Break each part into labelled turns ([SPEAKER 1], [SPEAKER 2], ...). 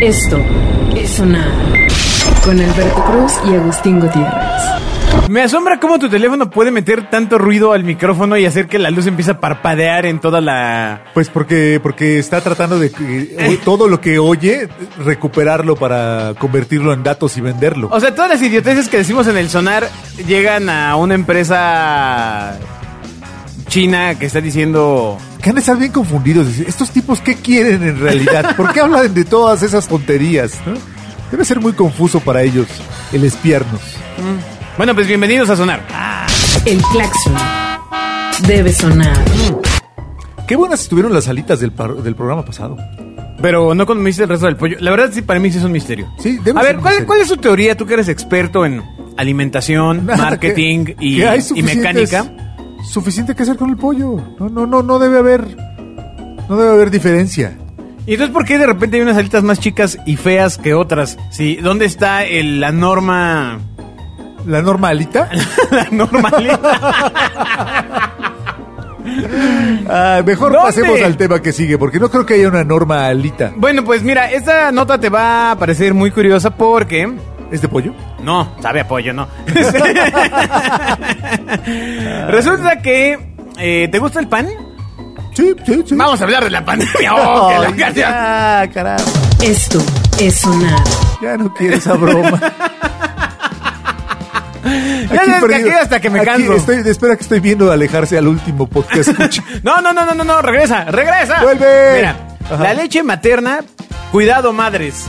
[SPEAKER 1] Esto es sonar con Alberto Cruz y Agustín Gutiérrez.
[SPEAKER 2] Me asombra cómo tu teléfono puede meter tanto ruido al micrófono y hacer que la luz empiece a parpadear en toda la...
[SPEAKER 3] Pues porque, porque está tratando de que eh, todo lo que oye, recuperarlo para convertirlo en datos y venderlo.
[SPEAKER 2] O sea, todas las idioteces que decimos en el sonar llegan a una empresa china que está diciendo...
[SPEAKER 3] Que han de estar bien confundidos. Decir, Estos tipos, ¿qué quieren en realidad? ¿Por qué hablan de todas esas tonterías? no? Debe ser muy confuso para ellos el espiarnos.
[SPEAKER 2] Bueno, pues bienvenidos a Sonar.
[SPEAKER 1] El claxon debe sonar.
[SPEAKER 3] Qué buenas estuvieron las alitas del, par- del programa pasado.
[SPEAKER 2] Pero no conociste el resto del pollo. La verdad, sí, para mí sí es un misterio.
[SPEAKER 3] Sí, debe
[SPEAKER 2] A
[SPEAKER 3] ser
[SPEAKER 2] ver,
[SPEAKER 3] un
[SPEAKER 2] ¿cuál,
[SPEAKER 3] misterio.
[SPEAKER 2] cuál es tu teoría? Tú que eres experto en alimentación,
[SPEAKER 3] Nada,
[SPEAKER 2] marketing
[SPEAKER 3] que-
[SPEAKER 2] y,
[SPEAKER 3] que hay
[SPEAKER 2] y
[SPEAKER 3] suficientes-
[SPEAKER 2] mecánica.
[SPEAKER 3] Suficiente que hacer con el pollo. No, no, no, no debe haber. No debe haber diferencia.
[SPEAKER 2] ¿Y entonces por qué de repente hay unas alitas más chicas y feas que otras? Sí, ¿Dónde está el- la norma...
[SPEAKER 3] La normalita.
[SPEAKER 2] la normalidad?
[SPEAKER 3] Ah, mejor
[SPEAKER 2] ¿Dónde?
[SPEAKER 3] pasemos al tema que sigue, porque no creo que haya una norma alita.
[SPEAKER 2] bueno, pues mira, esta nota te va a parecer muy curiosa porque...
[SPEAKER 3] ¿Es de pollo?
[SPEAKER 2] No, sabe a pollo, no. Resulta que... eh, ¿Te gusta el pan?
[SPEAKER 3] Sí, sí, sí.
[SPEAKER 2] Vamos a hablar de la pandemia. Oh, que la-
[SPEAKER 3] Ay, ya, carajo.
[SPEAKER 1] Esto es sonar.
[SPEAKER 3] Ya no quiero esa broma.
[SPEAKER 2] Ya sabes que
[SPEAKER 3] perdido.
[SPEAKER 2] aquí hasta que me
[SPEAKER 3] Aquí
[SPEAKER 2] canso.
[SPEAKER 3] estoy- espera que estoy viendo alejarse al último podcast. Escucha.
[SPEAKER 2] No, no, no, no, no, no, regresa, regresa.
[SPEAKER 3] Vuelve.
[SPEAKER 2] Mira,
[SPEAKER 3] Ajá.
[SPEAKER 2] la leche materna, cuidado madres.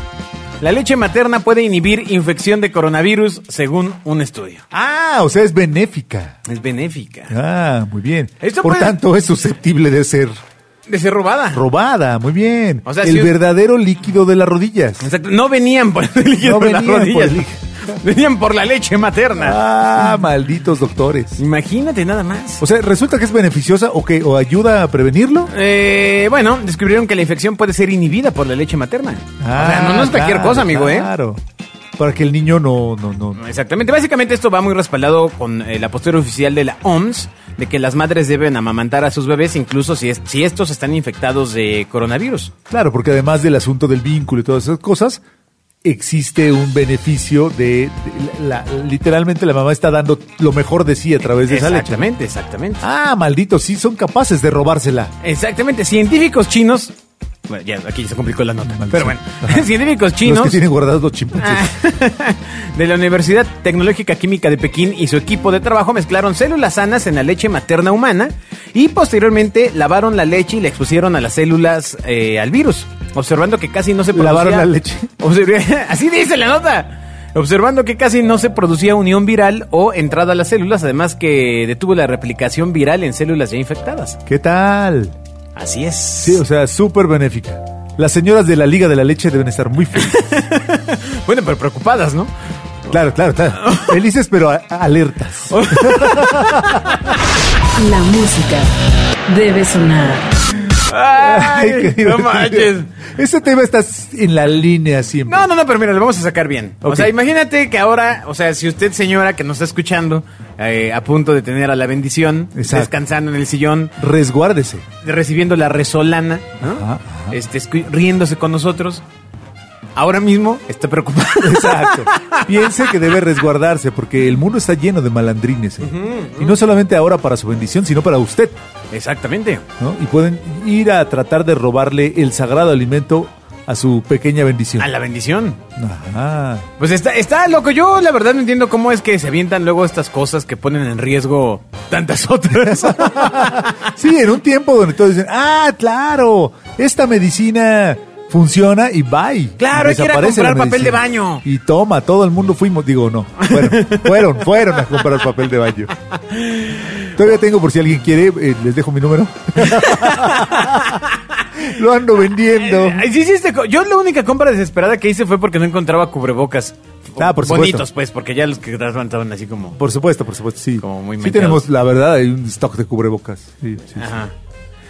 [SPEAKER 2] La leche materna puede inhibir infección de coronavirus según un estudio.
[SPEAKER 3] ah, o sea, es benéfica.
[SPEAKER 2] Es benéfica.
[SPEAKER 3] Ah, muy bien.
[SPEAKER 2] Esto
[SPEAKER 3] Por
[SPEAKER 2] puede-
[SPEAKER 3] tanto, es susceptible de ser
[SPEAKER 2] De ser robada.
[SPEAKER 3] robada. Muy bien.
[SPEAKER 2] O sea,
[SPEAKER 3] el
[SPEAKER 2] si-
[SPEAKER 3] verdadero líquido de las rodillas.
[SPEAKER 2] Exacto. No venían por el líquido
[SPEAKER 3] No
[SPEAKER 2] de las
[SPEAKER 3] venían por
[SPEAKER 2] rodillas.
[SPEAKER 3] el líquido.
[SPEAKER 2] Venían por la leche materna.
[SPEAKER 3] Ah, malditos doctores.
[SPEAKER 2] Imagínate nada más.
[SPEAKER 3] O sea, resulta que es beneficiosa o que o ayuda a prevenirlo.
[SPEAKER 2] Eh, bueno, descubrieron que la infección puede ser inhibida por la leche materna. o sea, no, no es cualquier
[SPEAKER 3] Ah, claro,
[SPEAKER 2] cosa, amigo, ¿eh?
[SPEAKER 3] Claro. Para que el niño no, no, no.
[SPEAKER 2] Exactamente. Básicamente esto va muy respaldado con eh, la postura oficial de la OMS de que las madres deben amamantar a sus bebés incluso si, es- si estos están infectados de coronavirus.
[SPEAKER 3] Claro, porque además del asunto del vínculo y todas esas cosas, existe un beneficio de, de la- la- literalmente la mamá está dando lo mejor de sí a través Pues de esa leche.
[SPEAKER 2] Exactamente, exactamente.
[SPEAKER 3] Ah, malditos, sí son capaces de robársela.
[SPEAKER 2] Exactamente. Científicos chinos... Bueno, ya aquí se complicó la nota.
[SPEAKER 3] Maldición.
[SPEAKER 2] Pero bueno,
[SPEAKER 3] Ajá.
[SPEAKER 2] científicos
[SPEAKER 3] Los
[SPEAKER 2] chinos...
[SPEAKER 3] que tienen guardados los chimpancés.
[SPEAKER 2] de la Universidad Tecnológica Química de Pekín y su equipo de trabajo mezclaron células sanas en la leche materna humana y posteriormente lavaron la leche y la expusieron a las células eh, al virus, observando que casi no se producía...
[SPEAKER 3] ¿Lavaron la leche?
[SPEAKER 2] Observ- Así dice la nota. Observando que casi no se producía unión viral o entrada a las células, además que detuvo la replicación viral en células ya infectadas.
[SPEAKER 3] ¿Qué tal?
[SPEAKER 2] Así es.
[SPEAKER 3] Sí, o sea, súper benéfica. Las señoras de la Liga de la Leche deben estar muy felices.
[SPEAKER 2] bueno, pero preocupadas, ¿no?
[SPEAKER 3] Claro, claro, claro. Felices, pero a- alertas.
[SPEAKER 1] La música debe sonar.
[SPEAKER 2] Ay,
[SPEAKER 3] Ay, qué
[SPEAKER 2] no
[SPEAKER 3] divertido.
[SPEAKER 2] manches.
[SPEAKER 3] Ese tema está en la línea siempre.
[SPEAKER 2] No, no, no, pero mira, lo vamos a sacar bien. O
[SPEAKER 3] Ok.
[SPEAKER 2] sea, imagínate que ahora, o sea, si usted, señora, que nos está escuchando, eh, a punto de tener a la bendición,
[SPEAKER 3] Exacto.
[SPEAKER 2] descansando en el sillón,
[SPEAKER 3] Resguárdese.
[SPEAKER 2] recibiendo la resolana, ¿no?
[SPEAKER 3] Ajá, ajá.
[SPEAKER 2] Este, escu- riéndose con nosotros, ahora mismo está preocupada.
[SPEAKER 3] Exacto. Piense que debe resguardarse porque el mundo está lleno de malandrines. ¿eh? Y no solamente ahora para su bendición, sino para usted.
[SPEAKER 2] Exactamente.
[SPEAKER 3] ¿no? Y pueden ir a tratar de robarle el sagrado alimento a su pequeña bendición.
[SPEAKER 2] A la bendición.
[SPEAKER 3] Ajá.
[SPEAKER 2] Pues está, está loco. Yo la verdad no entiendo cómo es que se avientan luego estas cosas que ponen en riesgo tantas otras.
[SPEAKER 3] Sí, en un tiempo donde todos dicen, ah, claro, esta medicina funciona y bye.
[SPEAKER 2] Claro, hay que ir a
[SPEAKER 3] Desaparece la
[SPEAKER 2] comprar papel de
[SPEAKER 3] medicina.
[SPEAKER 2] baño.
[SPEAKER 3] Y toma, todo el mundo fuimos, digo, no, fueron, fueron, fueron a comprar papel de baño. Todavía tengo por si alguien quiere, eh, les dejo mi número. Lo ando vendiendo.
[SPEAKER 2] Eh, sí hiciste co- Yo la única compra desesperada que hice fue porque no encontraba cubrebocas.
[SPEAKER 3] Ah, por supuesto.
[SPEAKER 2] Bonitos, pues, porque ya los que traslaban estaban así como.
[SPEAKER 3] Por supuesto, por supuesto, sí.
[SPEAKER 2] Como muy
[SPEAKER 3] sí
[SPEAKER 2] manchados.
[SPEAKER 3] tenemos, la verdad, hay un stock de cubrebocas. Sí, sí, sí.
[SPEAKER 2] Ajá.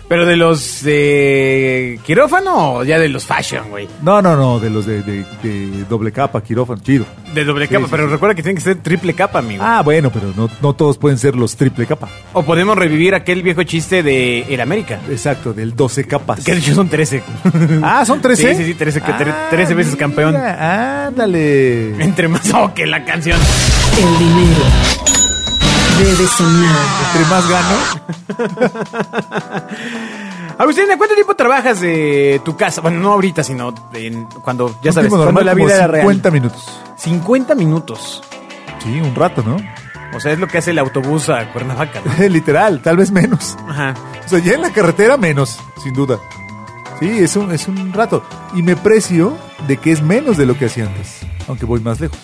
[SPEAKER 2] Pero de los de quirófano o ya de los fashion, güey.
[SPEAKER 3] No, no, no, de los de, de- de doble capa, quirófano, chido.
[SPEAKER 2] De doble
[SPEAKER 3] Sí,
[SPEAKER 2] capa,
[SPEAKER 3] sí,
[SPEAKER 2] pero
[SPEAKER 3] sí.
[SPEAKER 2] recuerda que tienen que ser triple capa, amigo.
[SPEAKER 3] Ah, bueno, pero no, no todos pueden ser los triple capa.
[SPEAKER 2] O podemos revivir aquel viejo chiste de El América.
[SPEAKER 3] Exacto, del 12 capas.
[SPEAKER 2] Que de hecho son 13.
[SPEAKER 3] Ah, son 13.
[SPEAKER 2] Sí, sí, sí, 13, que tre-
[SPEAKER 3] Ah,
[SPEAKER 2] 13 veces
[SPEAKER 3] mira,
[SPEAKER 2] campeón.
[SPEAKER 3] Ándale.
[SPEAKER 2] Entre más oh, que la canción.
[SPEAKER 1] El dinero debe sonar.
[SPEAKER 3] Entre más gano.
[SPEAKER 2] Agustina, ¿cuánto tiempo trabajas de tu casa? Bueno, no ahorita, sino en- cuando, ya
[SPEAKER 3] un
[SPEAKER 2] sabes,
[SPEAKER 3] tipo
[SPEAKER 2] cuando
[SPEAKER 3] normal,
[SPEAKER 2] la
[SPEAKER 3] como
[SPEAKER 2] vida era real.
[SPEAKER 3] 50 minutos.
[SPEAKER 2] 50 minutos.
[SPEAKER 3] Sí, un rato, ¿no?
[SPEAKER 2] O sea, es lo que hace el autobús a Cuernavaca. ¿no?
[SPEAKER 3] Literal, tal vez menos.
[SPEAKER 2] Ajá.
[SPEAKER 3] O sea, ya en la carretera menos, sin duda. Sí, es un, es un rato. Y me precio de que es menos de lo que hacía antes, aunque voy más lejos.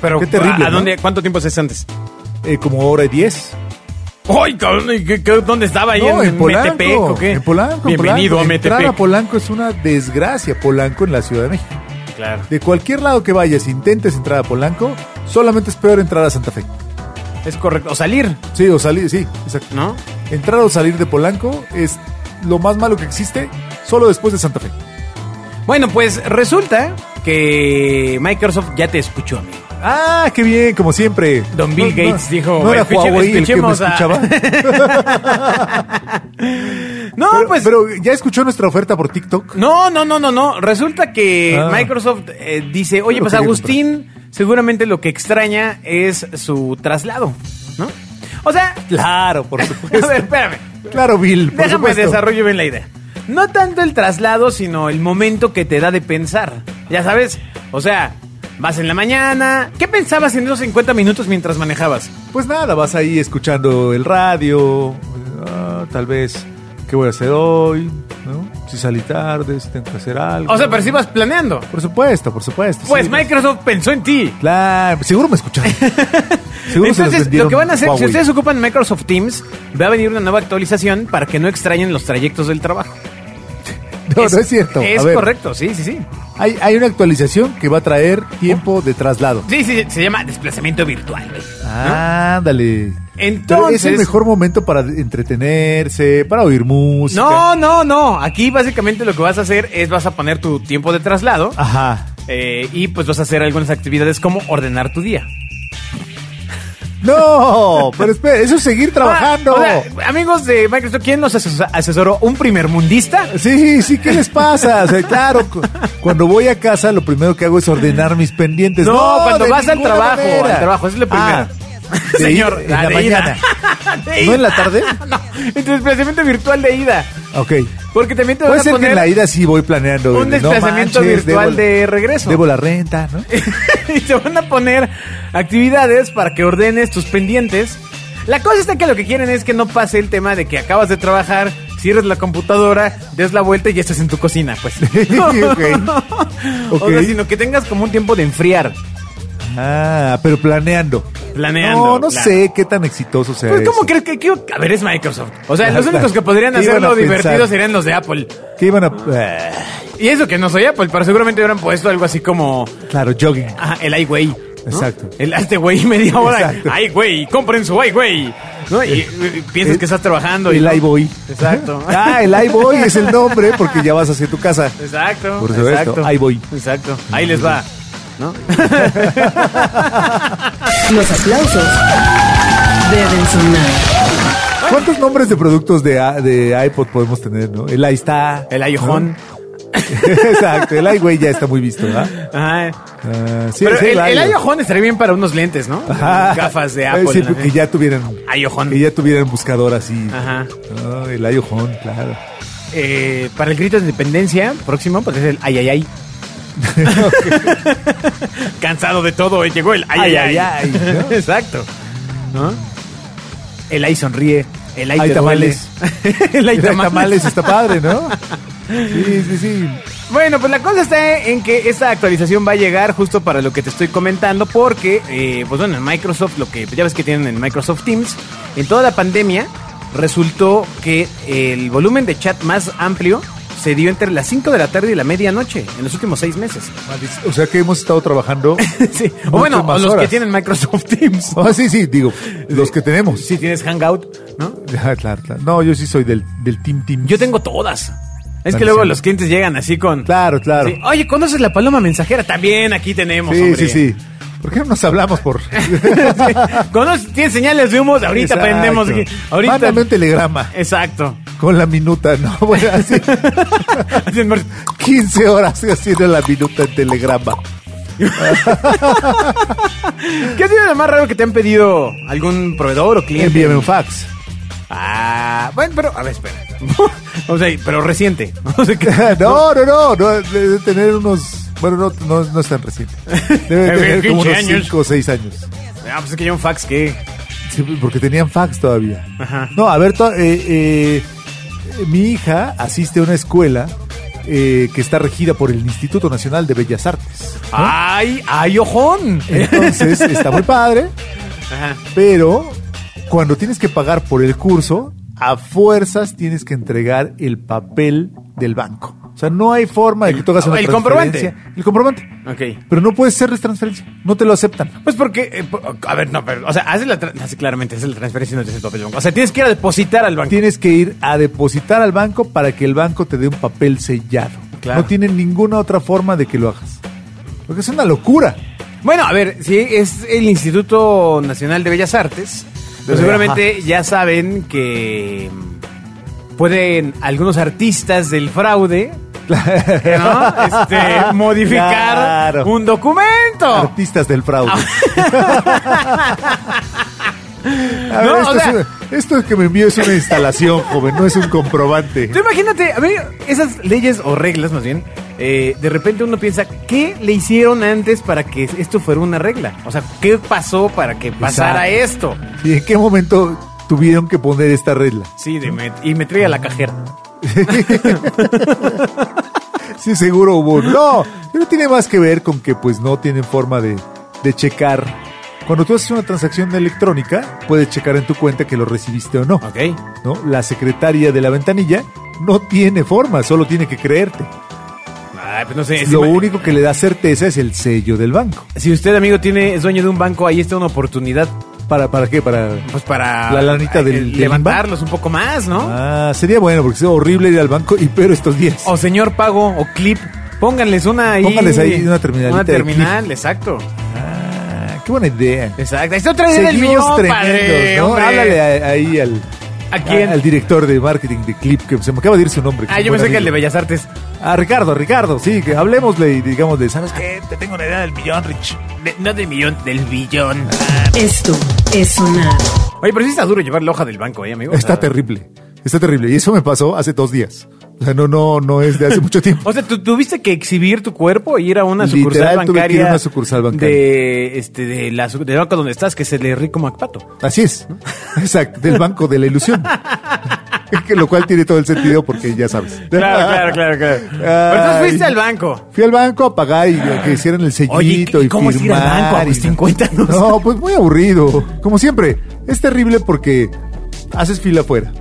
[SPEAKER 2] Pero,
[SPEAKER 3] Qué terrible,
[SPEAKER 2] ¿a
[SPEAKER 3] ¿no?
[SPEAKER 2] dónde, ¿cuánto tiempo es antes?
[SPEAKER 3] Eh, como hora y diez.
[SPEAKER 2] ¡Ay, cabrón! ¿y qué- qué- ¿Dónde estaba ahí?
[SPEAKER 3] No,
[SPEAKER 2] ¿En,
[SPEAKER 3] en Polanco.
[SPEAKER 2] Metepec o qué?
[SPEAKER 3] En Polanco. en
[SPEAKER 2] Bienvenido
[SPEAKER 3] Polanco.
[SPEAKER 2] a
[SPEAKER 3] Entrar
[SPEAKER 2] Metepec.
[SPEAKER 3] a Polanco es una desgracia, Polanco en la Ciudad de México.
[SPEAKER 2] Claro.
[SPEAKER 3] De cualquier lado que vayas, intentes entrar a Polanco, solamente es peor entrar a Santa Fe.
[SPEAKER 2] Es correcto. O salir,
[SPEAKER 3] Sí, o salir, sí, exacto.
[SPEAKER 2] ¿no?
[SPEAKER 3] Entrar o salir de Polanco es lo más malo que existe, solo después de Santa Fe.
[SPEAKER 2] Bueno, pues resulta que Microsoft ya te escuchó, amigo.
[SPEAKER 3] Ah, qué bien, como siempre.
[SPEAKER 2] Don Bill Gates dijo,
[SPEAKER 3] No era
[SPEAKER 2] "Escuche-
[SPEAKER 3] Huawei el que me
[SPEAKER 2] escuchemos a-
[SPEAKER 3] escuchaba.
[SPEAKER 2] No,
[SPEAKER 3] pero,
[SPEAKER 2] pues.
[SPEAKER 3] pero ya escuchó nuestra oferta por TikTok.
[SPEAKER 2] No, no, no, no, no. Resulta que
[SPEAKER 3] Ah.
[SPEAKER 2] Microsoft eh, dice, oye,
[SPEAKER 3] Yo lo
[SPEAKER 2] pues
[SPEAKER 3] quería
[SPEAKER 2] Agustín seguramente lo que extraña es su traslado, ¿no? O sea,
[SPEAKER 3] Claro, por
[SPEAKER 2] a ver, espérame.
[SPEAKER 3] claro, Bill, por
[SPEAKER 2] Déjame
[SPEAKER 3] supuesto.
[SPEAKER 2] desarrollo bien la idea. No tanto el traslado, sino el momento que te da de pensar. Ya sabes, o sea, vas en la mañana. ¿Qué pensabas en esos 50 minutos mientras manejabas?
[SPEAKER 3] Pues nada, vas ahí escuchando el radio, ah, tal vez qué voy a hacer hoy, ¿no? Si salí tarde, si tengo que hacer algo.
[SPEAKER 2] O sea, pero si vas planeando.
[SPEAKER 3] Por supuesto, por supuesto.
[SPEAKER 2] Pues
[SPEAKER 3] sí.
[SPEAKER 2] Microsoft pensó en ti.
[SPEAKER 3] Claro, seguro me escucharon. Seguro se los
[SPEAKER 2] Entonces,
[SPEAKER 3] vendieron
[SPEAKER 2] lo que van a hacer, si
[SPEAKER 3] Huawei.
[SPEAKER 2] ustedes ocupan Microsoft Teams, va a venir una nueva actualización para que no extrañen los trayectos del trabajo.
[SPEAKER 3] No, no es cierto.
[SPEAKER 2] Es
[SPEAKER 3] a ver,
[SPEAKER 2] correcto, sí, sí, sí.
[SPEAKER 3] Hay, hay una actualización que va a traer tiempo de traslado.
[SPEAKER 2] Sí, sí, se llama desplazamiento virtual, güey.
[SPEAKER 3] Ándale. Pero
[SPEAKER 2] Entonces-
[SPEAKER 3] Es el mejor momento para entretenerse, para oír música.
[SPEAKER 2] No, no, no. Aquí básicamente lo que vas a hacer es vas a poner tu tiempo de traslado
[SPEAKER 3] Ajá.
[SPEAKER 2] eh, y pues vas a hacer algunas actividades como ordenar tu día.
[SPEAKER 3] Ah, No, pero espera, eso es seguir trabajando.
[SPEAKER 2] Ah, o sea, amigos de Microsoft, ¿quién nos ases- asesoró? ¿Un primer mundista?
[SPEAKER 3] Sí, sí, ¿qué les pasa? O sea, claro, cu- cuando voy a casa lo primero que hago es ordenar mis pendientes.
[SPEAKER 2] No,
[SPEAKER 3] No,
[SPEAKER 2] cuando
[SPEAKER 3] de
[SPEAKER 2] vas al
[SPEAKER 3] ninguna
[SPEAKER 2] trabajo,
[SPEAKER 3] manera.
[SPEAKER 2] al trabajo, eso es lo primero.
[SPEAKER 3] Ah, de
[SPEAKER 2] Señor,
[SPEAKER 3] ida, en la
[SPEAKER 2] de ida.
[SPEAKER 3] mañana.
[SPEAKER 2] De
[SPEAKER 3] ¿No en
[SPEAKER 2] ida.
[SPEAKER 3] la tarde?
[SPEAKER 2] No, el desplazamiento virtual de ida.
[SPEAKER 3] Ok.
[SPEAKER 2] Porque también te
[SPEAKER 3] Puede
[SPEAKER 2] vas a
[SPEAKER 3] ser que en la
[SPEAKER 2] poner
[SPEAKER 3] ida sí voy planeando.
[SPEAKER 2] un
[SPEAKER 3] de, no
[SPEAKER 2] desplazamiento
[SPEAKER 3] manches,
[SPEAKER 2] virtual
[SPEAKER 3] debo-
[SPEAKER 2] de regreso.
[SPEAKER 3] Debo la renta, ¿no?
[SPEAKER 2] y te van a poner actividades para que ordenes tus pendientes. La cosa está que lo que quieren es que no pase el tema de que acabas de trabajar, cierres la computadora, des la vuelta y ya estás en tu cocina, pues.
[SPEAKER 3] Ok.
[SPEAKER 2] O sea,
[SPEAKER 3] Ok.
[SPEAKER 2] sino que tengas como un tiempo de enfriar,
[SPEAKER 3] Ah, pero planeando.
[SPEAKER 2] planeando.
[SPEAKER 3] no, no
[SPEAKER 2] claro.
[SPEAKER 3] sé qué tan exitoso sea.
[SPEAKER 2] Pues, ¿cómo
[SPEAKER 3] eso.
[SPEAKER 2] crees que, que- A ver, es Microsoft. O sea,
[SPEAKER 3] Claro,
[SPEAKER 2] los únicos que
[SPEAKER 3] claro.
[SPEAKER 2] podrían
[SPEAKER 3] ¿Qué iban
[SPEAKER 2] hacerlo
[SPEAKER 3] a pensar?
[SPEAKER 2] divertido serían los de Apple.
[SPEAKER 3] ¿Qué iban a.? eh,
[SPEAKER 2] Y eso que no soy Apple, pero seguramente hubieran puesto algo así como
[SPEAKER 3] claro, jogging.
[SPEAKER 2] Ajá, el ay güey. ¿no?
[SPEAKER 3] Exacto.
[SPEAKER 2] El "Ah, este güey media hora.
[SPEAKER 3] Exacto.
[SPEAKER 2] Ay güey, compren su ay güey. ¿No? Y, y piensas
[SPEAKER 3] el-
[SPEAKER 2] que estás trabajando. y
[SPEAKER 3] El
[SPEAKER 2] no.
[SPEAKER 3] iBoy.
[SPEAKER 2] Exacto.
[SPEAKER 3] Ah, el iBoy es el nombre porque ya vas hacia tu casa.
[SPEAKER 2] Exacto.
[SPEAKER 3] Por supuesto,
[SPEAKER 2] exacto.
[SPEAKER 3] ahí voy.
[SPEAKER 2] Exacto. Ahí les va. ¿No?
[SPEAKER 1] Los aplausos deben sonar.
[SPEAKER 3] ¿Cuántos nombres de productos de, a- de iPod podemos tener, no? El ahí está.
[SPEAKER 2] El ayojón.
[SPEAKER 3] Exacto, el iWay ya está muy visto, ¿verdad?
[SPEAKER 2] Ajá.
[SPEAKER 3] Ah, sí,
[SPEAKER 2] Pero
[SPEAKER 3] sí,
[SPEAKER 2] el, el
[SPEAKER 3] varios.
[SPEAKER 2] ayojón estaría bien para unos lentes, ¿no?
[SPEAKER 3] Ajá.
[SPEAKER 2] Gafas de
[SPEAKER 3] Eh,
[SPEAKER 2] Apple.
[SPEAKER 3] Sí,
[SPEAKER 2] ¿no?
[SPEAKER 3] porque ya tuvieran.
[SPEAKER 2] Ayojón.
[SPEAKER 3] Que ya tuvieran buscador así.
[SPEAKER 2] Ajá.
[SPEAKER 3] Ah, el ayojón, claro.
[SPEAKER 2] Eh, para el grito de independencia próximo, pues es el ay ay ay. Cansado de todo, eh, llegó el ay ay ay.
[SPEAKER 3] Ay, ay, ay, ¿no?
[SPEAKER 2] Exacto. ¿No? El ay sonríe, el ay,
[SPEAKER 3] Ay,
[SPEAKER 2] te duele.
[SPEAKER 3] tamales.
[SPEAKER 2] el ay
[SPEAKER 3] El
[SPEAKER 2] tamales.
[SPEAKER 3] tamales está padre, ¿no? Sí, sí, sí.
[SPEAKER 2] Bueno, pues la cosa está en que esta actualización va a llegar justo para lo que te estoy comentando, porque, eh, pues bueno, en Microsoft, lo que pues ya ves que tienen en Microsoft Teams, en toda la pandemia resultó que el volumen de chat más amplio se dio entre las 5 de la tarde y la medianoche en los últimos seis meses.
[SPEAKER 3] Maldic- O sea que hemos estado trabajando.
[SPEAKER 2] Sí. O
[SPEAKER 3] muchas
[SPEAKER 2] bueno, o
[SPEAKER 3] más
[SPEAKER 2] los que
[SPEAKER 3] horas.
[SPEAKER 2] tienen Microsoft Teams.
[SPEAKER 3] Ah, sí, sí, digo, los que tenemos.
[SPEAKER 2] Si tienes Hangout, ¿no?
[SPEAKER 3] Ah, claro, claro. No, yo sí soy del, del Team Team.
[SPEAKER 2] Yo tengo todas. Es que
[SPEAKER 3] Maldición.
[SPEAKER 2] luego los clientes llegan así con...
[SPEAKER 3] Claro, claro.
[SPEAKER 2] Sí, Oye, ¿conoces la paloma mensajera? También aquí tenemos,
[SPEAKER 3] Sí,
[SPEAKER 2] hombre.
[SPEAKER 3] sí, sí. ¿Por qué no nos hablamos por...?
[SPEAKER 2] ¿Conoces? ¿Tienes señales de humo? Ahorita
[SPEAKER 3] Exacto.
[SPEAKER 2] prendemos... aquí. Ahorita...
[SPEAKER 3] Mándame un telegrama
[SPEAKER 2] Exacto.
[SPEAKER 3] con la minuta, ¿no? Bueno, así,
[SPEAKER 2] Así es, Mar-
[SPEAKER 3] 15 horas haciendo la minuta en telegrama.
[SPEAKER 2] ¿Qué ha sido lo más raro que te han pedido algún proveedor o cliente?
[SPEAKER 3] Envíame un fax.
[SPEAKER 2] Ah, bueno, pero... A ver, espera. o sea, pero reciente. O sea, que-
[SPEAKER 3] No, no, no, no, debe tener unos... Bueno, no, no, no es tan reciente. Debe
[SPEAKER 2] Debe
[SPEAKER 3] tener como
[SPEAKER 2] 15
[SPEAKER 3] unos
[SPEAKER 2] años.
[SPEAKER 3] 5 o 6 años.
[SPEAKER 2] Ah, pues es que yo un fax que...
[SPEAKER 3] Sí, porque tenían fax todavía.
[SPEAKER 2] Ajá.
[SPEAKER 3] No, a ver, to- eh, eh, mi hija asiste a una escuela eh, que está regida por el Instituto Nacional de Bellas Artes. ¿Ah?
[SPEAKER 2] ¡Ay! ¡Ay, ojón!
[SPEAKER 3] Entonces, está muy padre,
[SPEAKER 2] Ajá.
[SPEAKER 3] pero cuando tienes que pagar por el curso, a fuerzas tienes que entregar el papel del banco. O sea, no hay forma de que tú hagas una
[SPEAKER 2] el comprobante.
[SPEAKER 3] transferencia. El comprobante.
[SPEAKER 2] Ok.
[SPEAKER 3] Pero no puedes hacerles transferencia. No te lo aceptan.
[SPEAKER 2] Pues porque, eh, po- a ver, no, pero, o sea, haces la, tra- hace claramente, haces la transferencia y no te hace el papel del banco. O sea, tienes que ir a depositar al banco.
[SPEAKER 3] Tienes que ir a depositar al banco para que el banco te dé un papel sellado.
[SPEAKER 2] Claro.
[SPEAKER 3] No tienen ninguna otra forma de que lo hagas. Porque es una locura.
[SPEAKER 2] Bueno, a ver, si es el Instituto Nacional de Bellas Artes, pues
[SPEAKER 3] Ajá.
[SPEAKER 2] seguramente ya saben que mm, pueden algunos artistas del fraude, ¿no? Este, modificar
[SPEAKER 3] Claro.
[SPEAKER 2] un documento.
[SPEAKER 3] Artistas del fraude. A ver,
[SPEAKER 2] Ah. No,
[SPEAKER 3] esto,
[SPEAKER 2] o sea-
[SPEAKER 3] es una- esto que me envió es una instalación, joven, no es un comprobante.
[SPEAKER 2] Tú imagínate, a ver, esas leyes o reglas más bien, eh, de repente uno piensa, ¿qué le hicieron antes para que esto fuera una regla? O sea, ¿qué pasó para que pasara esto?
[SPEAKER 3] ¿Y en qué momento tuvieron que poner esta regla?
[SPEAKER 2] Sí, de met- y me trae a la cajera.
[SPEAKER 3] Sí, seguro hubo. un No, pero tiene más que ver con que pues no tienen forma de, de checar. Cuando tú haces una transacción electrónica, puedes checar en tu cuenta que lo recibiste o no.
[SPEAKER 2] Ok.
[SPEAKER 3] ¿no? La secretaria de la ventanilla no tiene forma, solo tiene que creerte.
[SPEAKER 2] Ay, pues no sé. si
[SPEAKER 3] Lo
[SPEAKER 2] ma-
[SPEAKER 3] único que le da certeza es el sello del banco.
[SPEAKER 2] Si usted, amigo, tiene, es dueño de un banco, ahí está una oportunidad,
[SPEAKER 3] ¿Para, para qué? Para...
[SPEAKER 2] pues para...
[SPEAKER 3] La lanita del-
[SPEAKER 2] eh,
[SPEAKER 3] del
[SPEAKER 2] Levantarlos un poco más, ¿no?
[SPEAKER 3] Ah, sería bueno, porque es horrible ir al banco y pero estos días.
[SPEAKER 2] O señor pago, o clip, pónganles una ahí.
[SPEAKER 3] Pónganles ahí una terminalita
[SPEAKER 2] Una
[SPEAKER 3] de
[SPEAKER 2] terminal, exacto.
[SPEAKER 3] Ah, qué buena idea.
[SPEAKER 2] Exacto. Ahí está otra idea del
[SPEAKER 3] Seguimos
[SPEAKER 2] millón,
[SPEAKER 3] tremendos,
[SPEAKER 2] padre,
[SPEAKER 3] ¿no?
[SPEAKER 2] hombre.
[SPEAKER 3] Háblale a- ahí al...
[SPEAKER 2] ¿A quién?
[SPEAKER 3] Al director de marketing de Clip, que se me acaba de ir su nombre.
[SPEAKER 2] Ah, yo
[SPEAKER 3] Buen
[SPEAKER 2] pensé que el de
[SPEAKER 3] amigo.
[SPEAKER 2] Bellas Artes.
[SPEAKER 3] A Ricardo, Ricardo, sí, que hablemosle y digámosle, ¿sabes qué? Te tengo una idea del millón, Rich.
[SPEAKER 2] no del millón, del billón.
[SPEAKER 1] Esto es sonar.
[SPEAKER 2] Oye, pero sí está duro llevar la hoja del banco, ¿eh, amigo?
[SPEAKER 3] Está
[SPEAKER 2] O sea,
[SPEAKER 3] terrible, está terrible. Y eso me pasó hace dos días. O sea, no, no, no es de hace mucho tiempo.
[SPEAKER 2] O sea, tú tuviste que exhibir tu cuerpo e ir a una
[SPEAKER 3] Literal,
[SPEAKER 2] sucursal
[SPEAKER 3] tuve que ir a
[SPEAKER 2] bancaria.
[SPEAKER 3] una sucursal bancaria.
[SPEAKER 2] De, este, de la su- del banco donde estás, que es el de Rico MacPato.
[SPEAKER 3] Así es. Exacto, del banco de la ilusión. Que Lo cual tiene todo el sentido porque ya sabes.
[SPEAKER 2] Claro, claro, claro, claro. Pero entonces fuiste al banco.
[SPEAKER 3] Fui al banco a pagar y que hicieran el sellito
[SPEAKER 2] Oye, ¿y
[SPEAKER 3] y
[SPEAKER 2] cómo es ir al
[SPEAKER 3] firmar
[SPEAKER 2] banco, Pues
[SPEAKER 3] y-
[SPEAKER 2] Agustín? Cuéntanos.
[SPEAKER 3] No, pues muy aburrido. Como siempre, es terrible porque haces fila afuera.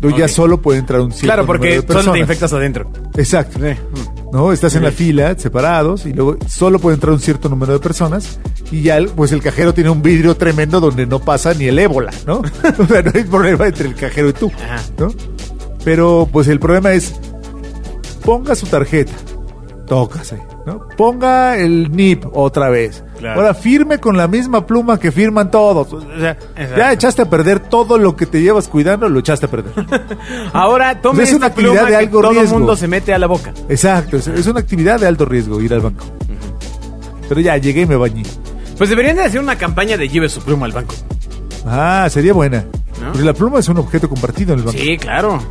[SPEAKER 3] Luego Ya
[SPEAKER 2] Ok.
[SPEAKER 3] solo puede entrar un cierto
[SPEAKER 2] claro,
[SPEAKER 3] número
[SPEAKER 2] porque
[SPEAKER 3] de
[SPEAKER 2] solo te
[SPEAKER 3] personas.
[SPEAKER 2] infectas adentro.
[SPEAKER 3] Exacto.
[SPEAKER 2] Sí.
[SPEAKER 3] ¿No? Estás en la fila, separados, y luego solo puede entrar un cierto número de personas, y ya, el- pues el cajero tiene un vidrio tremendo donde no pasa ni el ébola, ¿no? o sea, no hay problema entre el cajero y tú,
[SPEAKER 2] Ajá.
[SPEAKER 3] ¿no? Pero, pues el problema es, ponga su tarjeta, tócase, ¿no? Ponga el NIP otra vez.
[SPEAKER 2] Claro.
[SPEAKER 3] Ahora firme con la misma pluma que firman todos. O sea, ya
[SPEAKER 2] Exacto.
[SPEAKER 3] echaste a perder todo lo que te llevas cuidando, lo echaste a perder.
[SPEAKER 2] Ahora tome
[SPEAKER 3] Pues es
[SPEAKER 2] esta
[SPEAKER 3] una actividad
[SPEAKER 2] pluma
[SPEAKER 3] de
[SPEAKER 2] que
[SPEAKER 3] algo
[SPEAKER 2] todo el
[SPEAKER 3] riesgo.
[SPEAKER 2] mundo se mete a la boca.
[SPEAKER 3] Exacto, es, es una actividad de alto riesgo ir al banco. Pero ya llegué y me bañé.
[SPEAKER 2] Pues deberían de hacer una campaña de lleve su pluma al banco.
[SPEAKER 3] Ah, sería buena.
[SPEAKER 2] ¿No?
[SPEAKER 3] Porque la pluma es un objeto compartido en el banco.
[SPEAKER 2] Sí, claro.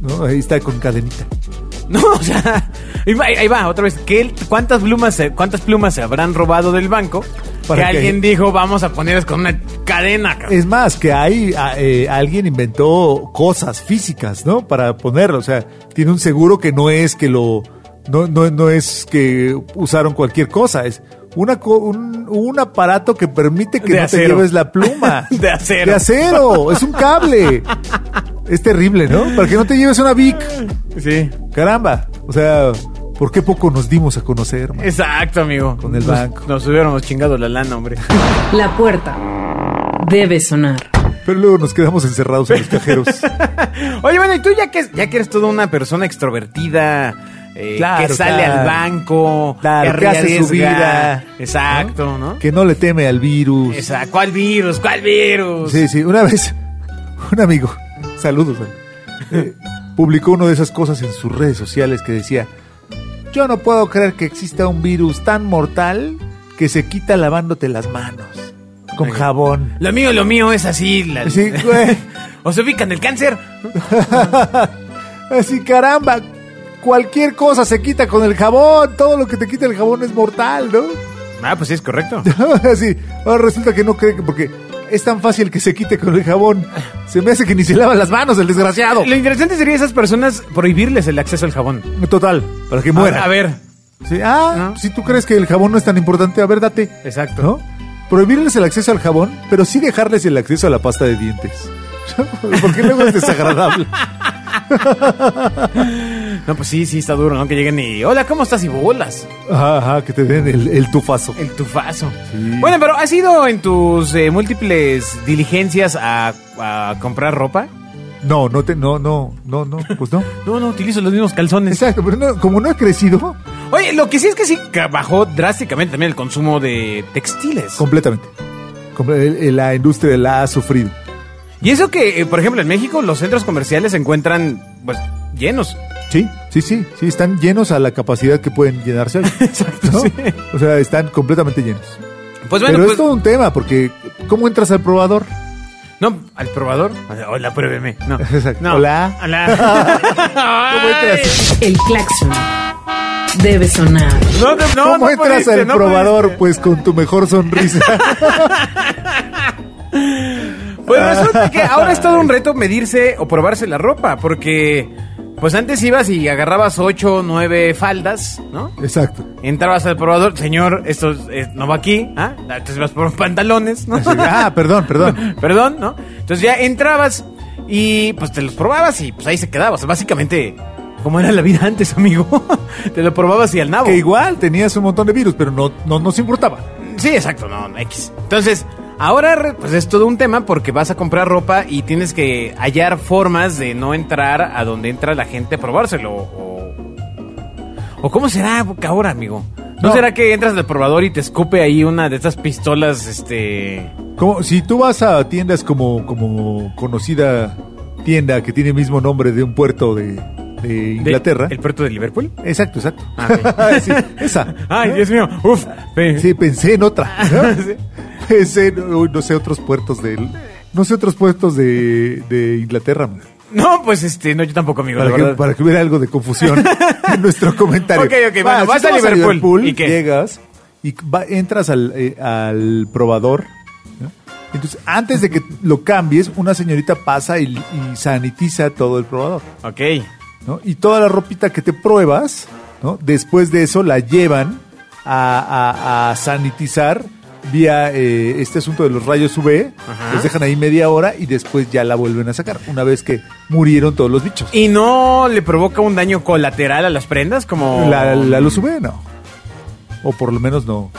[SPEAKER 3] ¿no? Ahí está con cadenita.
[SPEAKER 2] No, o sea, ahí va, ahí va, otra vez. ¿Qué, cuántas, plumas se, ¿Cuántas plumas se habrán robado del banco?
[SPEAKER 3] Para
[SPEAKER 2] que
[SPEAKER 3] que-
[SPEAKER 2] alguien dijo, vamos a ponerlas con una cadena. cabrón"?
[SPEAKER 3] Es más, que hay a- eh, alguien inventó cosas físicas, ¿no? Para ponerlo. O sea, tiene un seguro que no es que lo. No, no, no es que usaron cualquier cosa. Es una, co- un, un aparato que permite que
[SPEAKER 2] De
[SPEAKER 3] no
[SPEAKER 2] acero.
[SPEAKER 3] te lleves la pluma.
[SPEAKER 2] De acero.
[SPEAKER 3] De acero. Es un cable. Es terrible, ¿no? Para que no te lleves una Vic.
[SPEAKER 2] Sí.
[SPEAKER 3] Caramba. O sea, ¿por qué poco nos dimos a conocer, man?
[SPEAKER 2] Exacto, amigo.
[SPEAKER 3] Con el
[SPEAKER 2] Nos-
[SPEAKER 3] banco.
[SPEAKER 2] Nos hubiéramos chingado la lana, hombre.
[SPEAKER 1] La puerta debe sonar.
[SPEAKER 2] Eh,
[SPEAKER 3] Pero luego nos quedamos encerrados en los cajeros.
[SPEAKER 2] Oye, bueno, y tú ya que, ya que eres toda una persona extrovertida, eh,
[SPEAKER 3] Claro,
[SPEAKER 2] que sale
[SPEAKER 3] claro.
[SPEAKER 2] al banco,
[SPEAKER 3] Claro, que hace su
[SPEAKER 2] arriesga.
[SPEAKER 3] vida.
[SPEAKER 2] Exacto, ¿no?
[SPEAKER 3] que no le teme al virus.
[SPEAKER 2] Exacto. ¿Cuál virus? ¿Cuál virus?
[SPEAKER 3] Sí, sí. Una vez, un amigo, saludos, eh, publicó una de esas cosas en sus redes sociales que decía: Yo no puedo creer que exista un virus tan mortal que se quita lavándote las manos con
[SPEAKER 2] Ajá.
[SPEAKER 3] jabón.
[SPEAKER 2] Lo mío, lo mío es así. la-
[SPEAKER 3] Sí, güey.
[SPEAKER 2] ¿O se ubican el cáncer?
[SPEAKER 3] Así, caramba, cualquier cosa se quita con el jabón. Todo lo que te quita el jabón es mortal, ¿no?
[SPEAKER 2] Ah, pues sí, es correcto.
[SPEAKER 3] Así, ahora resulta que no cree que porque es tan fácil que se quite con el jabón. Se me hace que ni se lava las manos el desgraciado.
[SPEAKER 2] Lo interesante sería a esas personas prohibirles el acceso al jabón.
[SPEAKER 3] Total, para que muera.
[SPEAKER 2] A, a ver,
[SPEAKER 3] Sí, ah,
[SPEAKER 2] ¿No?
[SPEAKER 3] si tú crees que el jabón no es tan importante, a ver, date.
[SPEAKER 2] exacto.
[SPEAKER 3] ¿No? Prohibirles el acceso al jabón, pero sí dejarles el acceso a la pasta de dientes. Porque luego es desagradable.
[SPEAKER 2] No, pues sí, sí, está duro, ¿no? Que lleguen y. Hola, ¿cómo estás? Y bolas.
[SPEAKER 3] Ajá, ajá, que te den el, el tufazo.
[SPEAKER 2] El tufazo.
[SPEAKER 3] Sí.
[SPEAKER 2] Bueno, pero ¿has ido en tus eh, múltiples diligencias a, a comprar ropa?
[SPEAKER 3] No, no, te, no, no, no, no, pues no.
[SPEAKER 2] No, no, utilizo los mismos calzones.
[SPEAKER 3] Exacto, pero no, como no he crecido,
[SPEAKER 2] Oye, lo que sí es que sí ca- bajó drásticamente también el consumo de textiles.
[SPEAKER 3] completamente. Comple- el- el- La industria la ha sufrido.
[SPEAKER 2] Y eso que, eh, por ejemplo, en México los centros comerciales se encuentran, pues, llenos.
[SPEAKER 3] Sí, sí, sí, sí, están llenos a la capacidad que pueden llenarse. hoy,
[SPEAKER 2] Exacto,
[SPEAKER 3] ¿no?
[SPEAKER 2] sí.
[SPEAKER 3] O sea, están completamente llenos.
[SPEAKER 2] Pues
[SPEAKER 3] pero
[SPEAKER 2] bueno, pues...
[SPEAKER 3] es todo un tema, porque ¿cómo entras al probador?
[SPEAKER 2] No, al probador. Hola, pruébeme. No.
[SPEAKER 3] Exacto.
[SPEAKER 2] No.
[SPEAKER 3] Hola.
[SPEAKER 2] Hola.
[SPEAKER 3] ¿Cómo entras?
[SPEAKER 1] El claxon debe sonar.
[SPEAKER 2] No, no, no.
[SPEAKER 3] ¿Cómo
[SPEAKER 2] no
[SPEAKER 3] entras
[SPEAKER 2] pudiste,
[SPEAKER 3] al
[SPEAKER 2] no
[SPEAKER 3] probador?
[SPEAKER 2] pudiste.
[SPEAKER 3] Pues con tu mejor sonrisa.
[SPEAKER 2] Pues
[SPEAKER 3] Ah.
[SPEAKER 2] resulta que ahora es todo un reto medirse o probarse la ropa, porque pues antes ibas y agarrabas ocho, nueve faldas, ¿no?
[SPEAKER 3] Exacto.
[SPEAKER 2] Entrabas al probador, señor, esto eh, no va aquí, ¿ah? Entonces vas por pantalones, ¿no?
[SPEAKER 3] Así, ah, perdón, perdón.
[SPEAKER 2] Perdón, ¿no? Entonces ya entrabas y pues te los probabas y pues ahí se quedabas. Básicamente, como era la vida antes, amigo, te lo probabas y al nabo.
[SPEAKER 3] Que igual tenías un montón de virus, pero no, no nos importaba.
[SPEAKER 2] Sí, exacto, no, no, X. Entonces, ahora re- pues es todo un tema porque vas a comprar ropa y tienes que hallar formas de no entrar a donde entra la gente a probárselo. O, o cómo será que ahora, amigo. ¿No,
[SPEAKER 3] No.
[SPEAKER 2] será que entras al probador y te escupe ahí una de estas pistolas, este...
[SPEAKER 3] Como, si tú vas a tiendas como, como conocida tienda que tiene el mismo nombre de un puerto de, de
[SPEAKER 2] de-
[SPEAKER 3] Inglaterra.
[SPEAKER 2] ¿El puerto de Liverpool?
[SPEAKER 3] Exacto, exacto.
[SPEAKER 2] Ah,
[SPEAKER 3] Sí, esa.
[SPEAKER 2] Ay, Ah, Dios mío. Uf. Sí.
[SPEAKER 3] Sí, pensé en otra. ¿no? Pensé en, uy, no sé, otros puertos de... No sé, otros puertos de, de Inglaterra. man.
[SPEAKER 2] No, pues este, no, yo tampoco, amigo.
[SPEAKER 3] Para
[SPEAKER 2] la
[SPEAKER 3] que,
[SPEAKER 2] verdad.
[SPEAKER 3] para que hubiera algo de confusión en nuestro comentario.
[SPEAKER 2] Ok, ok, bueno, vas
[SPEAKER 3] tú
[SPEAKER 2] a Liverpool, ¿y qué?
[SPEAKER 3] llegas y va- entras al, eh, al probador. ¿no? Entonces, antes de que lo cambies, una señorita pasa y, y sanitiza todo el probador.
[SPEAKER 2] Ok.
[SPEAKER 3] ¿no? Y toda la ropita que te pruebas, ¿no? después de eso la llevan a, a- a sanitizar vía eh, este asunto de los rayos UV.
[SPEAKER 2] Ajá.
[SPEAKER 3] Los dejan ahí media hora y después ya la vuelven a sacar, una vez que murieron todos los bichos.
[SPEAKER 2] ¿Y no le provoca un daño colateral a las prendas? Como.
[SPEAKER 3] La, la luz UV no. O por lo menos no.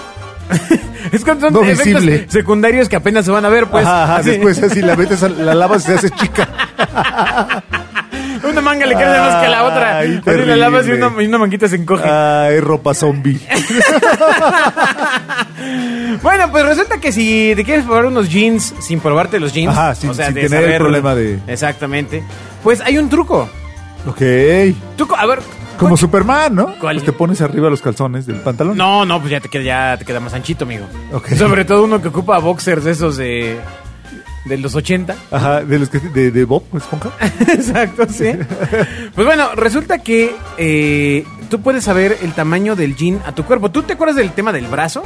[SPEAKER 2] Es que son
[SPEAKER 3] no
[SPEAKER 2] efectos
[SPEAKER 3] visible.
[SPEAKER 2] secundarios que apenas se van a ver, pues.
[SPEAKER 3] Ajá, ajá,
[SPEAKER 2] Así,
[SPEAKER 3] Después así la metes, a- la lavas y se hace chica.
[SPEAKER 2] Una manga le crece más que a la otra.
[SPEAKER 3] Ay,
[SPEAKER 2] Así la lavas y
[SPEAKER 3] terrible. Ah.
[SPEAKER 2] una, y una manguita se encoge.
[SPEAKER 3] Ay, ropa zombie.
[SPEAKER 2] Bueno, pues resulta que si te quieres probar unos jeans sin probarte los jeans.
[SPEAKER 3] Ajá, sin- sin
[SPEAKER 2] de
[SPEAKER 3] tener el problema de-
[SPEAKER 2] Exactamente. Pues hay un truco.
[SPEAKER 3] ok.
[SPEAKER 2] Truco, a ver.
[SPEAKER 3] Como Superman, ¿no?
[SPEAKER 2] ¿Cuál?
[SPEAKER 3] Pues te pones arriba los calzones del pantalón.
[SPEAKER 2] No, no, pues ya te queda, ya te queda más anchito, amigo.
[SPEAKER 3] Ok.
[SPEAKER 2] Sobre todo uno que ocupa boxers de esos de. de los 80.
[SPEAKER 3] Ajá, de los que de, de Bob Esponja.
[SPEAKER 2] Ah, Exacto, sí. Pues bueno, resulta que eh, tú puedes saber el tamaño del jean a tu cuerpo. ¿Tú te acuerdas del tema del brazo?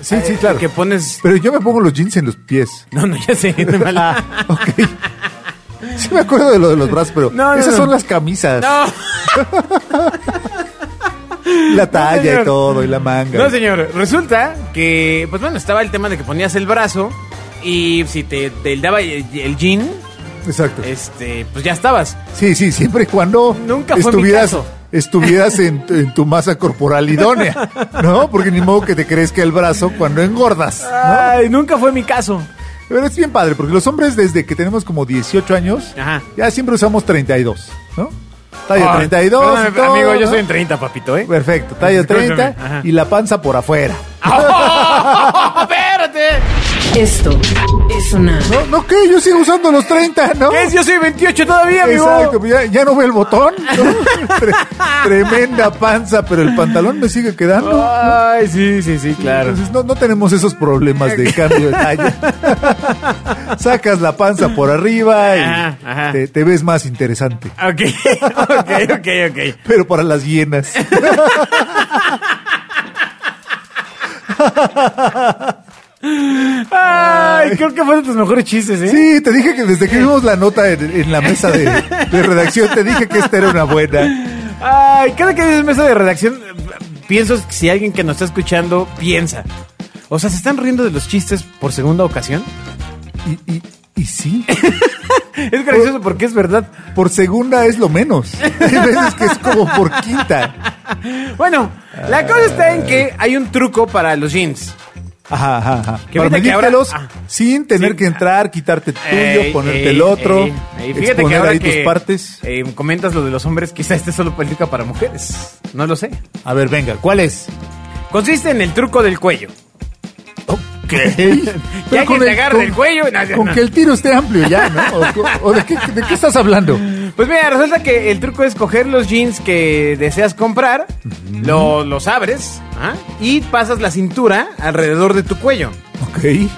[SPEAKER 3] Sí, sí,
[SPEAKER 2] Eh,
[SPEAKER 3] claro.
[SPEAKER 2] Que pones...
[SPEAKER 3] Pero yo me pongo los jeans en los pies.
[SPEAKER 2] No, no, ya sé. no, mala.
[SPEAKER 3] Ah, ok. Sí me acuerdo de lo de los brazos, pero
[SPEAKER 2] No, no,
[SPEAKER 3] esas
[SPEAKER 2] no.
[SPEAKER 3] son las camisas,
[SPEAKER 2] No,
[SPEAKER 3] la talla
[SPEAKER 2] señor.
[SPEAKER 3] y todo y la manga.
[SPEAKER 2] no, señor. Resulta que, pues bueno, estaba el tema de que ponías el brazo y si te, te daba el, el jean,
[SPEAKER 3] Exacto.
[SPEAKER 2] este, pues ya estabas.
[SPEAKER 3] Sí, sí, siempre y cuando
[SPEAKER 2] Nunca fue mi
[SPEAKER 3] estuvieras,
[SPEAKER 2] caso.
[SPEAKER 3] estuvieras en, tu- en tu masa corporal idónea, ¿no? Porque ni modo que te crezca el brazo cuando engordas.
[SPEAKER 2] Ay, nunca fue mi caso.
[SPEAKER 3] Pero es bien padre, porque los hombres desde que tenemos como 18 años,
[SPEAKER 2] Ajá.
[SPEAKER 3] ya siempre usamos 32, ¿no? Talla
[SPEAKER 2] Ah,
[SPEAKER 3] 32.
[SPEAKER 2] perdóname,
[SPEAKER 3] y todo,
[SPEAKER 2] amigo, yo
[SPEAKER 3] ¿no?
[SPEAKER 2] soy en 30, papito, ¿eh?
[SPEAKER 3] Perfecto, talla
[SPEAKER 2] Discúlpeme,
[SPEAKER 3] 30
[SPEAKER 2] ajá.
[SPEAKER 3] y la panza por afuera.
[SPEAKER 2] ¡Oh, espérate!
[SPEAKER 1] Esto es sonar.
[SPEAKER 3] No, no, ¿qué? Yo sigo usando los 30, ¿no?
[SPEAKER 2] ¿Qué es? Yo soy 28 todavía, amigo.
[SPEAKER 3] Exacto, pues ya, ya no ve el botón. ¿no? Tre- tremenda panza, pero el pantalón me sigue quedando.
[SPEAKER 2] Ay, sí, sí, sí, claro.
[SPEAKER 3] Entonces no, no tenemos esos problemas de cambio de talla. Sacas la panza por arriba y
[SPEAKER 2] Ajá, ajá.
[SPEAKER 3] Te, te ves más interesante.
[SPEAKER 2] Ok, ok, ok, ok.
[SPEAKER 3] Pero para las hienas.
[SPEAKER 2] ¿Eh? Ay, creo que fue de tus mejores chistes, ¿eh?
[SPEAKER 3] Sí, te dije que desde que vimos la nota en, en la mesa de, de redacción, te dije que esta era una buena.
[SPEAKER 2] Ay, cada que dices mesa de redacción, eh, pienso que si alguien que nos está escuchando piensa. O sea, ¿se están riendo de los chistes por segunda ocasión?
[SPEAKER 3] Y, y, y sí,
[SPEAKER 2] Es gracioso porque es verdad.
[SPEAKER 3] por segunda es lo menos. Hay veces que es como por quinta.
[SPEAKER 2] Bueno, la cosa está en que
[SPEAKER 3] Ah.
[SPEAKER 2] hay un truco para los jeans.
[SPEAKER 3] Ajá, ajá, ajá.
[SPEAKER 2] Que
[SPEAKER 3] Para
[SPEAKER 2] ahorita que ahora-
[SPEAKER 3] medírtelos
[SPEAKER 2] ah.
[SPEAKER 3] sin tener
[SPEAKER 2] Sí.
[SPEAKER 3] que entrar, quitarte el tuyo,
[SPEAKER 2] Ey,
[SPEAKER 3] ponerte
[SPEAKER 2] ey,
[SPEAKER 3] el otro,
[SPEAKER 2] ey, ey. Fíjate que
[SPEAKER 3] exponer
[SPEAKER 2] ahora
[SPEAKER 3] ahí
[SPEAKER 2] que,
[SPEAKER 3] tus partes.
[SPEAKER 2] eh, comentas lo de los hombres, quizá este solo aplica para mujeres. No lo sé.
[SPEAKER 3] A ver, venga, ¿cuál es?
[SPEAKER 2] Consiste en el truco del cuello.
[SPEAKER 3] Ok.
[SPEAKER 2] Ya
[SPEAKER 3] Pero
[SPEAKER 2] que
[SPEAKER 3] con
[SPEAKER 2] te
[SPEAKER 3] el-
[SPEAKER 2] agarre
[SPEAKER 3] con-
[SPEAKER 2] el cuello. no, no,
[SPEAKER 3] Con
[SPEAKER 2] no.
[SPEAKER 3] que el tiro esté amplio ya, ¿no? ¿O, o de, qué, de qué estás hablando?
[SPEAKER 2] Pues mira, resulta que el truco es coger los jeans que deseas comprar, lo- los abres ¿ah? y pasas la cintura alrededor de tu cuello.
[SPEAKER 3] Ok. Y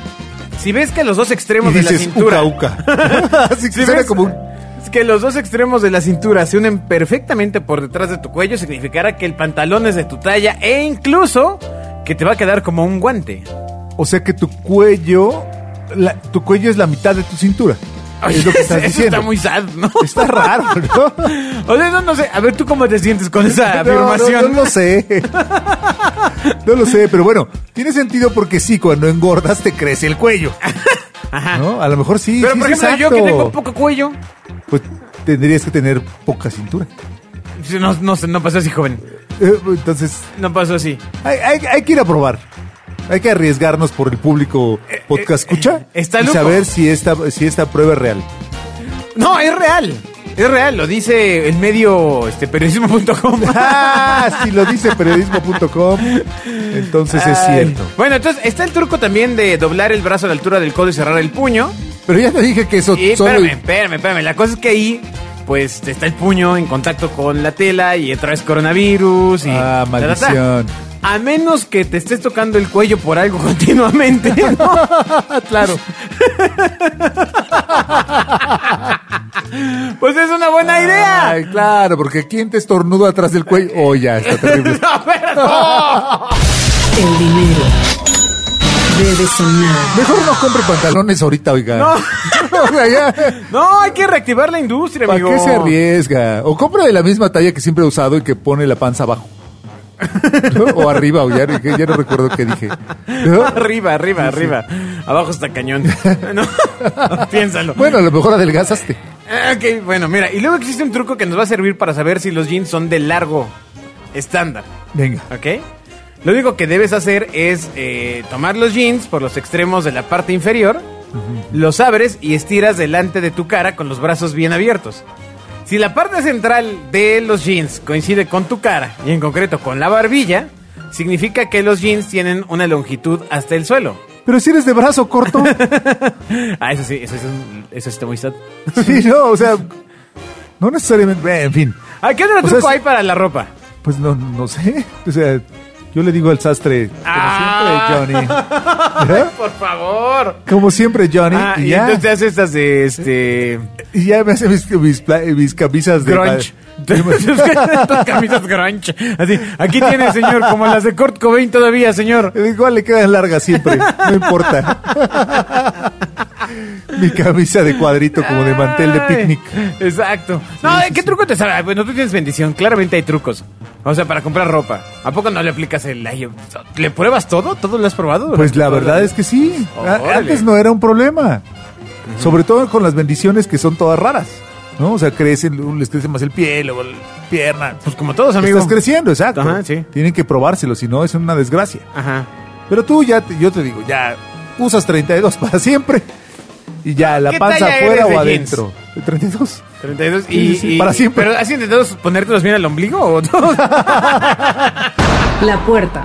[SPEAKER 2] Si ves que los dos extremos de la
[SPEAKER 3] dices,
[SPEAKER 2] cintura...
[SPEAKER 3] uca, uca. Así que
[SPEAKER 2] Si
[SPEAKER 3] suena
[SPEAKER 2] ves
[SPEAKER 3] como un...
[SPEAKER 2] que los dos extremos de la cintura se unen perfectamente por detrás de tu cuello, significará que el pantalón es de tu talla e incluso que te va a quedar como un guante.
[SPEAKER 3] O sea que tu cuello, la- tu cuello es la mitad de tu cintura. es lo que estás
[SPEAKER 2] Eso
[SPEAKER 3] diciendo.
[SPEAKER 2] está muy sad, ¿no?
[SPEAKER 3] Está raro, ¿no?
[SPEAKER 2] O sea, no, no sé. A ver, ¿tú cómo te sientes con esa
[SPEAKER 3] No, no,
[SPEAKER 2] afirmación?
[SPEAKER 3] No, lo sé. No lo sé, pero bueno, tiene sentido porque sí, cuando engordas te crece el cuello.
[SPEAKER 2] Ajá.
[SPEAKER 3] ¿no? A lo mejor sí.
[SPEAKER 2] Ah. Pero
[SPEAKER 3] sí,
[SPEAKER 2] por
[SPEAKER 3] sí,
[SPEAKER 2] ejemplo, yo que
[SPEAKER 3] exacto.
[SPEAKER 2] tengo poco cuello...
[SPEAKER 3] Pues tendrías que tener poca cintura.
[SPEAKER 2] No, no, sé, no pasó así, joven.
[SPEAKER 3] Eh, Entonces,
[SPEAKER 2] No pasó así.
[SPEAKER 3] hay, hay- hay que ir a probar. Hay que arriesgarnos por el público podcast escucha
[SPEAKER 2] Eh, está
[SPEAKER 3] y
[SPEAKER 2] loco.
[SPEAKER 3] saber si esta, si esta prueba es real.
[SPEAKER 2] No, es real. Es real, lo dice el medio este, periodismo.com.
[SPEAKER 3] Ah, si lo dice periodismo.com, entonces es
[SPEAKER 2] Ay.
[SPEAKER 3] cierto.
[SPEAKER 2] Bueno, entonces está el truco también de doblar el brazo a la altura del codo y cerrar el puño.
[SPEAKER 3] Pero ya te dije que eso
[SPEAKER 2] Y
[SPEAKER 3] solo...
[SPEAKER 2] espérame, espérame, espérame. La cosa es que ahí, pues, está el puño en contacto con la tela y otra vez coronavirus y.
[SPEAKER 3] Ah,
[SPEAKER 2] ta, ta, ta.
[SPEAKER 3] maldición.
[SPEAKER 2] A menos que te estés tocando el cuello por algo continuamente. ¿no?
[SPEAKER 3] claro.
[SPEAKER 2] Pues es una buena idea.
[SPEAKER 3] Ay, claro, porque ¿quién te estornuda atrás del cuello? Oh, ya, está terrible.
[SPEAKER 2] No, pero no.
[SPEAKER 1] El dinero debe sonar.
[SPEAKER 3] Mejor no compre pantalones ahorita, oiga.
[SPEAKER 2] No.
[SPEAKER 3] O sea, ya.
[SPEAKER 2] No, hay que reactivar la industria,
[SPEAKER 3] ¿Para
[SPEAKER 2] amigo.
[SPEAKER 3] qué se arriesga? O compra de la misma talla que siempre he usado y que pone la panza abajo. ¿No? O arriba, o ya, ya no recuerdo qué dije. ¿No?
[SPEAKER 2] Arriba, arriba, arriba. Abajo está cañón. No, piénsalo.
[SPEAKER 3] Bueno, a lo mejor adelgazaste.
[SPEAKER 2] Ah, Ok, bueno, mira. Y luego existe un truco que nos va a servir para saber si los jeans son de largo estándar.
[SPEAKER 3] Venga.
[SPEAKER 2] ¿Ok? Lo único que debes hacer es eh, tomar los jeans por los extremos de la parte inferior, los abres y estiras delante de tu cara con los brazos bien abiertos. Si la parte central de los jeans coincide con tu cara, y en concreto con la barbilla, significa que los jeans tienen una longitud hasta el suelo.
[SPEAKER 3] Pero si eres de brazo corto.
[SPEAKER 2] Ah, eso sí, eso, sí es un- eso sí está muy sad.
[SPEAKER 3] Sí, no, o sea. No necesariamente. eh, En fin.
[SPEAKER 2] Ah, ¿Qué otro
[SPEAKER 3] O sea,
[SPEAKER 2] truco
[SPEAKER 3] es-
[SPEAKER 2] hay para la ropa?
[SPEAKER 3] Pues no, no sé. O sea, yo le digo al sastre, como
[SPEAKER 2] Ah.
[SPEAKER 3] siempre, Johnny. ¿Ya?
[SPEAKER 2] Por favor.
[SPEAKER 3] Como siempre, Johnny.
[SPEAKER 2] Ah,
[SPEAKER 3] y,
[SPEAKER 2] y
[SPEAKER 3] ya,
[SPEAKER 2] entonces te haces estas de este.
[SPEAKER 3] y ya me hace mis, mis pla- mis camisas de.
[SPEAKER 2] Grunge. Tus camisas grunge. Así, aquí tiene, señor, como las de Kurt Cobain todavía, señor.
[SPEAKER 3] Igual le quedan largas siempre, no importa. Mi camisa de cuadrito como de mantel de
[SPEAKER 2] Ay,
[SPEAKER 3] picnic.
[SPEAKER 2] Exacto. No, ¿qué truco te sabe? Ay, Bueno, tú tienes bendición, claramente hay trucos. O sea, para comprar ropa. ¿A poco no le aplicas el... ay, ¿Le pruebas todo? ¿Todo lo has probado?
[SPEAKER 3] Pues la verdad es que sí. A-
[SPEAKER 2] Órale.
[SPEAKER 3] Antes no era un problema. Sobre todo con las bendiciones que son todas raras, ¿no? O sea, crecen, les crece más el pie, luego la pierna.
[SPEAKER 2] Pues como todos, amigos.
[SPEAKER 3] Estás creciendo, exacto.
[SPEAKER 2] Ajá, sí.
[SPEAKER 3] Tienen que probárselo, si no es una desgracia.
[SPEAKER 2] Ajá.
[SPEAKER 3] Pero tú ya, te- yo te digo, ya usas 32 para siempre y ya la
[SPEAKER 2] ¿Qué
[SPEAKER 3] panza
[SPEAKER 2] talla
[SPEAKER 3] afuera
[SPEAKER 2] eres de
[SPEAKER 3] o adentro. 32.
[SPEAKER 2] 32 y,
[SPEAKER 3] Sí, sí, sí,
[SPEAKER 2] y-
[SPEAKER 3] para siempre.
[SPEAKER 2] ¿Pero has intentado ponértelos bien al ombligo o todo?
[SPEAKER 1] La puerta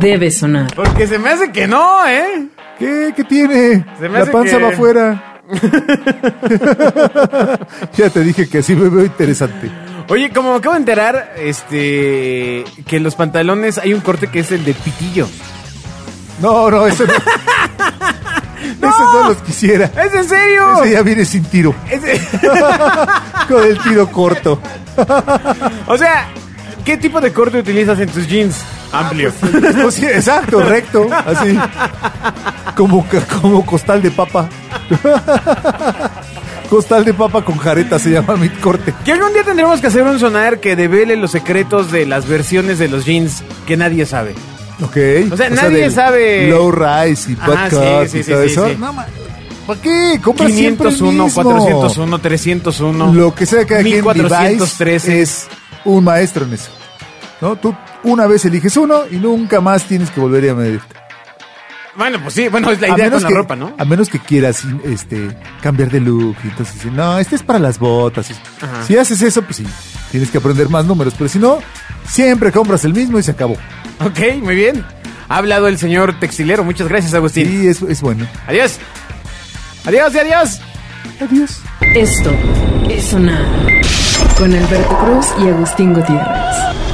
[SPEAKER 1] debe sonar.
[SPEAKER 2] Porque se me hace que no, ¿eh?
[SPEAKER 3] ¿Qué, qué tiene?
[SPEAKER 2] Se me
[SPEAKER 3] la
[SPEAKER 2] hace
[SPEAKER 3] panza
[SPEAKER 2] que-
[SPEAKER 3] va afuera. ya te dije que sí me veo interesante.
[SPEAKER 2] Oye, como me acabo de enterar, este. que en los pantalones hay un corte que es el de pitillo.
[SPEAKER 3] No, no, ese no. Ese no los quisiera.
[SPEAKER 2] ¡Es en serio!
[SPEAKER 3] Ese ya viene sin tiro.
[SPEAKER 2] Es-
[SPEAKER 3] Con el tiro corto.
[SPEAKER 2] o sea, ¿qué tipo de corte utilizas en tus jeans? Amplio.
[SPEAKER 3] Pues sí, exacto, recto. Así. Como, ca- como costal de papa. Costal de papa con jareta se llama mi corte.
[SPEAKER 2] Que algún día tendremos que hacer un sonar que devele los secretos de las versiones de los jeans que nadie sabe.
[SPEAKER 3] Ok.
[SPEAKER 2] O sea, nadie
[SPEAKER 3] del
[SPEAKER 2] sabe-
[SPEAKER 3] Low rise y
[SPEAKER 2] Ajá, sí,
[SPEAKER 3] podcast
[SPEAKER 2] sí,
[SPEAKER 3] y
[SPEAKER 2] sí,
[SPEAKER 3] todo
[SPEAKER 2] sí,
[SPEAKER 3] eso.
[SPEAKER 2] sí.
[SPEAKER 3] No, ma- ¿Para qué? Compra siempre el
[SPEAKER 2] 501,
[SPEAKER 3] mismo.
[SPEAKER 2] 401, 301.
[SPEAKER 3] Lo que sea que cada quien
[SPEAKER 2] 1413.
[SPEAKER 3] device es un maestro en eso. ¿No? Tú una vez eliges uno y nunca más tienes que volver a medirte.
[SPEAKER 2] Bueno, pues sí, bueno, es la idea con la
[SPEAKER 3] que,
[SPEAKER 2] ropa, ¿no?
[SPEAKER 3] A menos que quieras este, cambiar de look. Y entonces, sí, no, este es para las botas.
[SPEAKER 2] Ajá.
[SPEAKER 3] Si haces eso, pues sí, tienes que aprender más números. Pero si no, siempre compras el mismo y se acabó.
[SPEAKER 2] Ok, muy bien. Ha hablado el señor textilero. Muchas gracias,
[SPEAKER 3] Sí,
[SPEAKER 2] Agustín.
[SPEAKER 3] es, es bueno.
[SPEAKER 2] Adiós. Adiós y adiós.
[SPEAKER 3] Adiós.
[SPEAKER 1] Esto es sonar. Con Alberto Cruz y Agustín Gutiérrez.